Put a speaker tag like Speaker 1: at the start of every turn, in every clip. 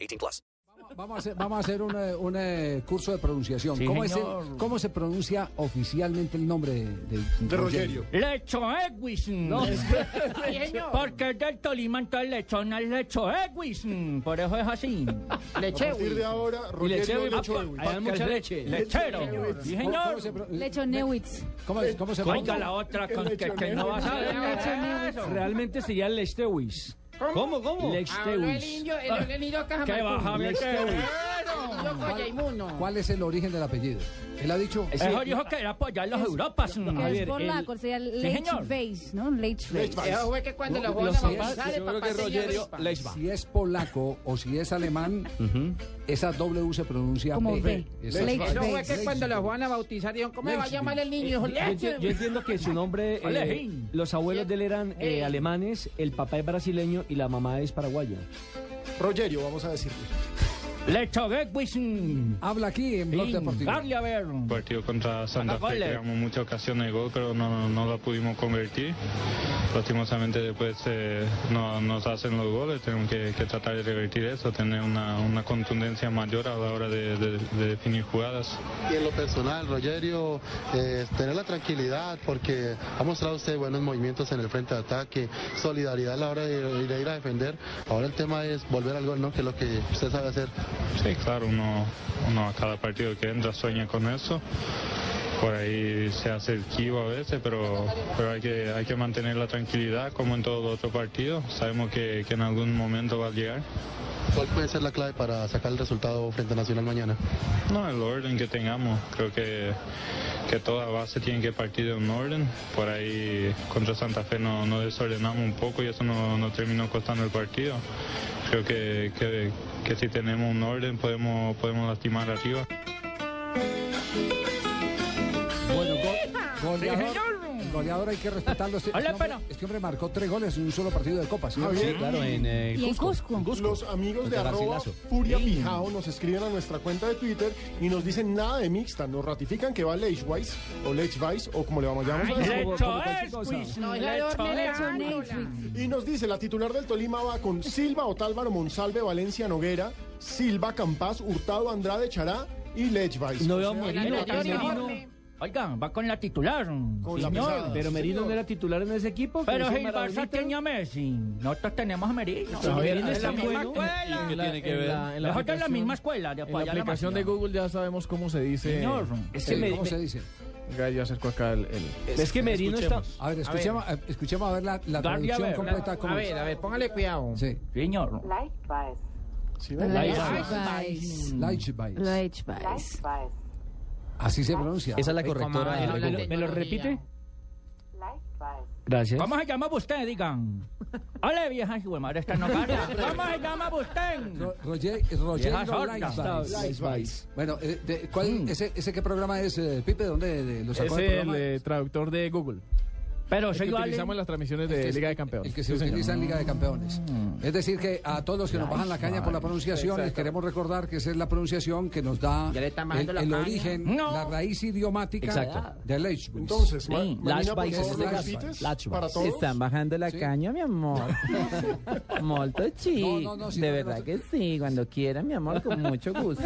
Speaker 1: 18 plus.
Speaker 2: Vamos a hacer, vamos a hacer un, eh, un, eh, curso de pronunciación.
Speaker 3: Sí,
Speaker 2: ¿Cómo, es el-
Speaker 3: señor.
Speaker 2: cómo se pronuncia oficialmente el nombre de, de-
Speaker 4: Rogerio.
Speaker 3: Lecho Edwis. Porque es del Tolima, entonces lechón es Lecho Edwis. Por eso es así.
Speaker 4: A partir de ahora, Rogerio y Lecho Edwin.
Speaker 3: Hay mucha leche. Lechero.
Speaker 2: ¿Cómo,
Speaker 3: Sí, señor.
Speaker 2: cómo se, pro- eh,
Speaker 5: Lechonewitz.
Speaker 2: cómo es- cómo se
Speaker 3: Oiga
Speaker 2: pronuncia?
Speaker 3: la otra con que, que no vas a ver.
Speaker 6: Realmente sería Lechtewis.
Speaker 3: ¿Cómo, cómo?
Speaker 7: Habló el
Speaker 6: Lechtewis.
Speaker 7: indio, el, el, indio Cajamarco.
Speaker 3: Que vas a ver que...
Speaker 7: El indio Collaimuno.
Speaker 2: ¿Cuál es el origen del apellido? Él ha dicho.
Speaker 3: Eso dijo que era apoyar los Europas.
Speaker 6: A
Speaker 5: Que
Speaker 6: ver,
Speaker 5: es por
Speaker 6: el-
Speaker 5: la sería
Speaker 3: señor.
Speaker 5: Leichveis, ¿no? Leichveis.
Speaker 7: Eso fue que cuando los
Speaker 2: los
Speaker 7: jóvenes
Speaker 2: papás,
Speaker 7: avanzaron, papá tenía rispa.
Speaker 2: Si es polaco o si es alemán, esa W se pronuncia
Speaker 5: Como
Speaker 2: B.
Speaker 5: B.
Speaker 2: Esa-
Speaker 5: Leche.
Speaker 7: Eso fue
Speaker 5: Leche.
Speaker 7: que cuando los van a bautizar, dijeron, ¿cómo me va a llamar el niño? Dijo,
Speaker 6: Yo, enti- yo
Speaker 7: Leche.
Speaker 6: entiendo que su nombre, eh,
Speaker 3: Alejín.
Speaker 6: los abuelos de él eran eh,
Speaker 7: Eh.
Speaker 6: alemanes, el papá es brasileño y la mamá es paraguaya.
Speaker 4: Rogerio, vamos a decirle.
Speaker 3: Lecho Edwis.
Speaker 2: Habla aquí en Blog Deportivo.
Speaker 3: Darle pues, mm, a ver.
Speaker 8: partido contra Santa
Speaker 3: Marcó
Speaker 8: Fe
Speaker 3: goles.
Speaker 8: creamos muchas ocasiones de gol pero no, no la pudimos convertir lastimosamente después eh, no- nos hacen los goles tenemos que, que tratar de revertir eso tener una, una contundencia mayor a la hora de- de- de definir jugadas
Speaker 9: Y en lo personal, Rogerio, eh, tener la tranquilidad porque ha mostrado usted buenos movimientos en el frente de ataque, solidaridad a la hora de, de ir a defender. Ahora el tema es volver al gol, ¿no? Que es lo que usted sabe hacer.
Speaker 8: Sí, claro, uno, uno a cada partido que entra sueña con eso. Por ahí se hace el chivo a veces, pero, pero hay, que, hay que mantener la tranquilidad como en todo otro partido. Sabemos que, que en algún momento va a llegar.
Speaker 9: ¿Cuál puede ser la clave para sacar el resultado frente a Nacional mañana?
Speaker 8: No, el orden que tengamos. Creo que, que toda base tiene que partir de un orden. Por ahí contra Santa Fe nos no desordenamos un poco y eso nos no terminó costando el partido. Creo que, que, que si tenemos un orden podemos, podemos lastimar arriba.
Speaker 2: Bueno, go- goleador,
Speaker 3: señor.
Speaker 2: el goleador hay que respetarlo. Este,
Speaker 3: Hola,
Speaker 2: este hombre,
Speaker 3: pero-
Speaker 2: este hombre marcó tres goles en un solo partido de Copa. ¿sí?
Speaker 4: Javier,
Speaker 5: Y en Cusco.
Speaker 4: los amigos de arroba Furia Fijao nos escriben a nuestra cuenta de Twitter y nos dicen nada de mixta. Nos ratifican que va Leichweiss o Leichweiss o como le vamos a llamar.
Speaker 3: Lecho Edwis.
Speaker 7: No, el adorno era
Speaker 5: Lechonewitz.
Speaker 4: Y nos dice, la titular del Tolima va con Silva, Otálvaro, Monsalve, Valencia, Noguera, Silva, Campás, Hurtado, Andrade, Chará y Leichweiss.
Speaker 6: No veo a
Speaker 4: O sea,
Speaker 6: Merino,
Speaker 7: la
Speaker 6: pero
Speaker 7: Merino.
Speaker 6: Merino,
Speaker 3: Oiga, va con la titular.
Speaker 4: Con la
Speaker 3: señor.
Speaker 4: pesada.
Speaker 6: pero Merino
Speaker 4: señor.
Speaker 6: no era titular en ese equipo. que
Speaker 3: Pero
Speaker 6: hizo
Speaker 3: el Barça
Speaker 6: Maradonita.
Speaker 3: tiene a Messi. Nosotros tenemos a Merino.
Speaker 6: Pero Merino
Speaker 3: es
Speaker 6: está
Speaker 3: la misma
Speaker 6: bueno.
Speaker 3: escuela.
Speaker 6: En la- en la- en la
Speaker 3: Nosotros en la
Speaker 6: aplicación-
Speaker 3: misma escuela. De
Speaker 10: En la aplicación de Google ya sabemos cómo se dice.
Speaker 3: Señor.
Speaker 6: Es que,
Speaker 2: Sí,
Speaker 6: me-
Speaker 2: ¿Cómo se dice?
Speaker 10: Venga, yo acerco acá el. el-
Speaker 6: me- es que Merino está...
Speaker 2: A ver, escuchemos a ver, escuchemos a ver la, la
Speaker 3: Darle a
Speaker 2: traducción
Speaker 3: ver.
Speaker 2: completa. ¿cómo
Speaker 7: A
Speaker 2: es?
Speaker 7: ver, a ver, póngale cuidado.
Speaker 2: Sí,
Speaker 3: Señor.
Speaker 4: Sí, ¿no?
Speaker 5: Leichveis.
Speaker 2: Leichweiss.
Speaker 5: Leichveis.
Speaker 2: Así se pronuncia.
Speaker 6: Esa es la
Speaker 7: Ay,
Speaker 6: correctora.
Speaker 7: habla
Speaker 6: ¿Me lo-
Speaker 7: tecnología.
Speaker 6: ¿Me lo repite? Gracias.
Speaker 3: ¿Cómo se llama usted? Digan. Hola, vieja su madre, esta no para. ¿Cómo se llama usted?
Speaker 2: Ro- Roger, Roger
Speaker 3: sorda.
Speaker 2: Bueno, eh, de- ¿cuál, ese, ¿ese qué programa es, eh, Pipe? ¿Dónde de- lo
Speaker 10: Es
Speaker 2: sacó el
Speaker 10: el
Speaker 2: programa?
Speaker 10: eh, traductor de Google.
Speaker 3: Pero
Speaker 10: El que
Speaker 3: soy yo.
Speaker 10: utilizamos en las transmisiones de
Speaker 3: eh,
Speaker 2: que-
Speaker 10: Liga de Campeones.
Speaker 2: El que se
Speaker 10: Sí, señor.
Speaker 2: utiliza en Liga de Campeones. Es decir, que a todos los que nos bajan la caña por la pronunciación, les queremos recordar que esa es la pronunciación que nos da
Speaker 7: Ya le están
Speaker 2: el,
Speaker 7: bajando la
Speaker 2: el
Speaker 7: caña.
Speaker 2: origen,
Speaker 3: No.
Speaker 2: la raíz idiomática
Speaker 6: Exacto.
Speaker 2: de Leichwitz.
Speaker 4: Entonces, ma-
Speaker 6: Sí,
Speaker 4: Marina, por
Speaker 6: Lashbais
Speaker 4: favor,
Speaker 2: es
Speaker 4: ¿lo
Speaker 2: de gas-
Speaker 4: repites
Speaker 6: Lashbais.
Speaker 4: para todos?
Speaker 6: Están bajando la
Speaker 2: Sí.
Speaker 6: caña, mi amor. Molto chic.
Speaker 2: No, no, no, si
Speaker 6: de
Speaker 2: no,
Speaker 6: verdad
Speaker 2: no.
Speaker 6: que sí. Cuando quiera, mi amor, con mucho gusto.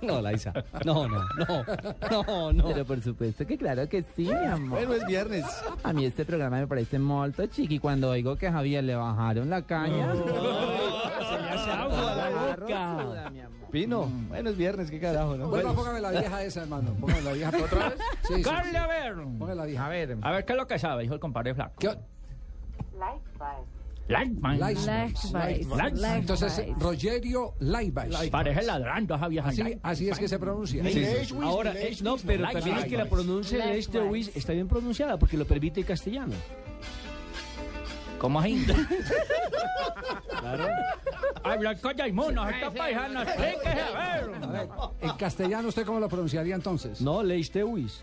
Speaker 6: No, Laisa. No, no, no. No, no. Pero por supuesto que claro que sí, mi amor. Pero es viernes. A mí este programa me parece molto chic. Y cuando oigo que a Javier le bajaron la caña.
Speaker 10: Pino. Bueno, es viernes, qué carajo, ¿no?
Speaker 2: Bueno, póngame la vieja esa, hermano. Póngame la vieja. ¿Otra vez? Sí, sí,
Speaker 3: Carle, a ver.
Speaker 2: Póngame la vieja.
Speaker 7: A ver,
Speaker 3: A ver qué es lo que sabe, dijo el compadre Flaco.
Speaker 2: ¿Qué o-
Speaker 3: Lightman.
Speaker 2: Lights.
Speaker 5: Leichveis.
Speaker 3: Leichveis.
Speaker 2: Entonces, Rogerio Leichweiss.
Speaker 3: Parece ladrando esa vieja.
Speaker 2: Así, así es que se pronuncia.
Speaker 4: Ni Leichweiss, ni
Speaker 6: Ahora, eh, no,
Speaker 4: Leichweiss,
Speaker 6: pero
Speaker 3: Likewise.
Speaker 6: también es que la pronuncie de
Speaker 5: Likewise.
Speaker 6: este Luis está bien pronunciada porque lo permite el castellano.
Speaker 3: ¿Cómo así? Hablar con Jaimuno, esta paisana, explíquese, a ver.
Speaker 2: En castellano, ¿usted cómo lo pronunciaría entonces? No, Leistewis.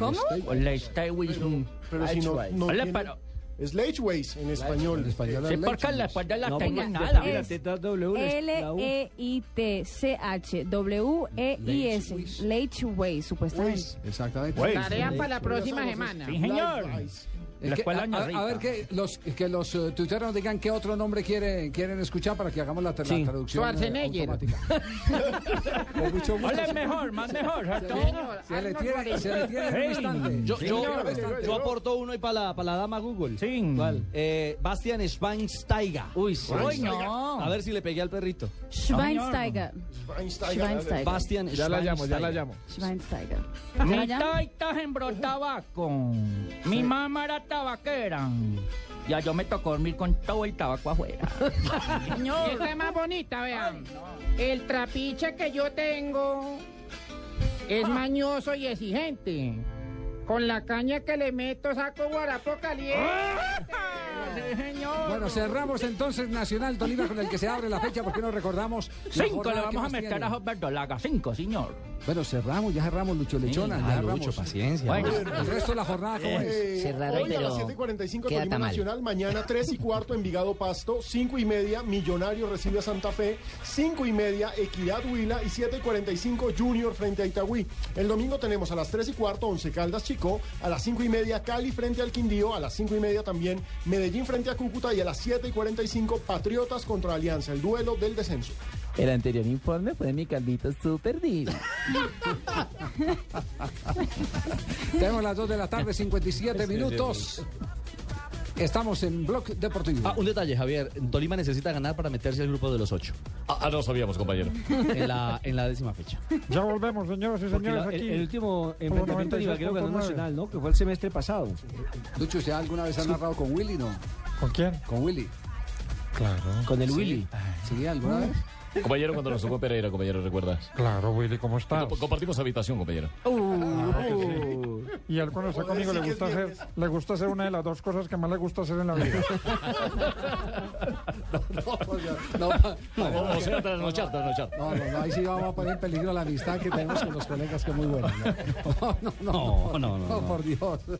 Speaker 3: ¿Cómo? Leistewis.
Speaker 4: Pero si no, no
Speaker 3: Hola,
Speaker 4: tiene-
Speaker 3: pero-
Speaker 4: Es Leitchways en español. En español
Speaker 3: Sí, porque en la espalda la tengo
Speaker 5: porque-
Speaker 3: nada.
Speaker 5: Mira, te E L-E-I-T-C-H-W-E-I-S. Leichway, supuestamente.
Speaker 2: Exactamente.
Speaker 7: Pues,
Speaker 5: Waze. Tarea para la próxima semana. Sí, señor.
Speaker 2: Likewise.
Speaker 5: La
Speaker 2: Es que,
Speaker 5: escuela
Speaker 2: a-
Speaker 5: Ña
Speaker 2: a,
Speaker 5: Rita.
Speaker 2: a ver que los que los eh, tuiteros digan qué otro nombre quieren quieren escuchar para que hagamos la, tra- la traducción eh,
Speaker 7: Schwarzenegger.
Speaker 2: automática. Con mucho gusto.
Speaker 3: Hola, mejor, más mejor. ¿cierto?
Speaker 2: Se le tiene, se le tiene en un
Speaker 3: Hey.
Speaker 2: instante.
Speaker 10: Yo,
Speaker 2: Sí,
Speaker 10: yo-
Speaker 2: señor.
Speaker 10: yo aporto uno y para la, para la dama Google. Sí. ¿Cuál? Eh, Bastian Schweinsteiger. Uy,
Speaker 5: sí. Uy, no.
Speaker 10: A ver si le pegué al perrito.
Speaker 5: Schweinsteiger.
Speaker 10: Schweinsteiger.
Speaker 5: Schweinsteiger.
Speaker 10: Bastian
Speaker 3: Ya la llamo, ya la
Speaker 10: Schweinsteiger.
Speaker 3: llamo.
Speaker 5: Schweinsteiger.
Speaker 3: Mi taita sembró tabaco. Mi mamá era tabaquera. Ya yo me tocó dormir con todo el tabaco afuera.
Speaker 7: Señor. Y esta es más bonita, vean. El trapiche que yo tengo es mañoso y exigente. Con la caña que le meto saco guarapo caliente. señor.
Speaker 2: Bueno, cerramos entonces Nacional Tolima con el que se abre la fecha porque no recordamos. la
Speaker 3: Cinco
Speaker 2: jornada
Speaker 3: le
Speaker 2: que
Speaker 3: vamos a
Speaker 2: más
Speaker 3: meter
Speaker 2: tiene.
Speaker 3: a José Dolaga. Cinco, señor.
Speaker 2: Bueno, cerramos, ya cerramos Lucho Lechona.
Speaker 3: ah,
Speaker 2: ya
Speaker 3: Lucho,
Speaker 2: cerramos.
Speaker 10: paciencia.
Speaker 2: Bueno,
Speaker 4: Bueno.
Speaker 2: el resto de la jornada, ¿cómo
Speaker 4: Eh,
Speaker 2: es?
Speaker 4: hoy a las 7.45
Speaker 2: queda
Speaker 4: Tolima
Speaker 2: tamal.
Speaker 4: Nacional, mañana 3 y cuarto Envigado Pasto, 5 y media Millonario recibe a Santa Fe, 5 y media Equidad Huila y 7 y 45 Junior frente a Itagüí. El domingo tenemos a las 3 y cuarto Once Caldas Chico, a las 5 y media Cali frente al Quindío, a las 5 y media también Medellín frente a Cúcuta y a las 7 y 45 Patriotas contra Alianza, el duelo del descenso.
Speaker 6: El anterior informe fue de mi calvito super divino.
Speaker 2: Tenemos las 2 de la tarde, 57 minutos. Estamos en Blog Deportivo.
Speaker 10: Ah, un detalle, Javier. Tolima necesita ganar para meterse al grupo de los ocho. Ah, no sabíamos, compañero. en, la, en la décima fecha.
Speaker 11: Ya volvemos, señoras y
Speaker 10: Porque
Speaker 11: señores.
Speaker 10: la- el-
Speaker 11: aquí.
Speaker 10: el último enfrentamiento de Ibagué lo ganó Nacional,
Speaker 11: ¿no? Que fue el semestre pasado.
Speaker 2: Lucho, ¿usted alguna vez ha
Speaker 11: Sí.
Speaker 2: narrado con Willy, no?
Speaker 11: ¿Con quién?
Speaker 2: Con Willy.
Speaker 11: Claro.
Speaker 2: ¿Con el Willy? Sí, ¿alguna vez?
Speaker 12: Compañero, cuando nos tocó Pereira, compañero, ¿recuerdas?
Speaker 11: Claro, Willy, ¿cómo estás?
Speaker 12: Comp- Compartimos habitación, compañero.
Speaker 3: Oh.
Speaker 11: Y él cuando está
Speaker 12: Joder,
Speaker 11: conmigo
Speaker 12: sí
Speaker 11: le
Speaker 12: que es
Speaker 11: gusta hacer, le gusta hacer una de las dos cosas que más le gusta hacer en la vida.
Speaker 2: No,
Speaker 12: O- o sea, trasnochar, trasnochar.
Speaker 2: No, no, no, ahí sí vamos a poner en peligro la amistad que tenemos con los colegas, que es muy buena. No, no, no. No, no, no. por Dios.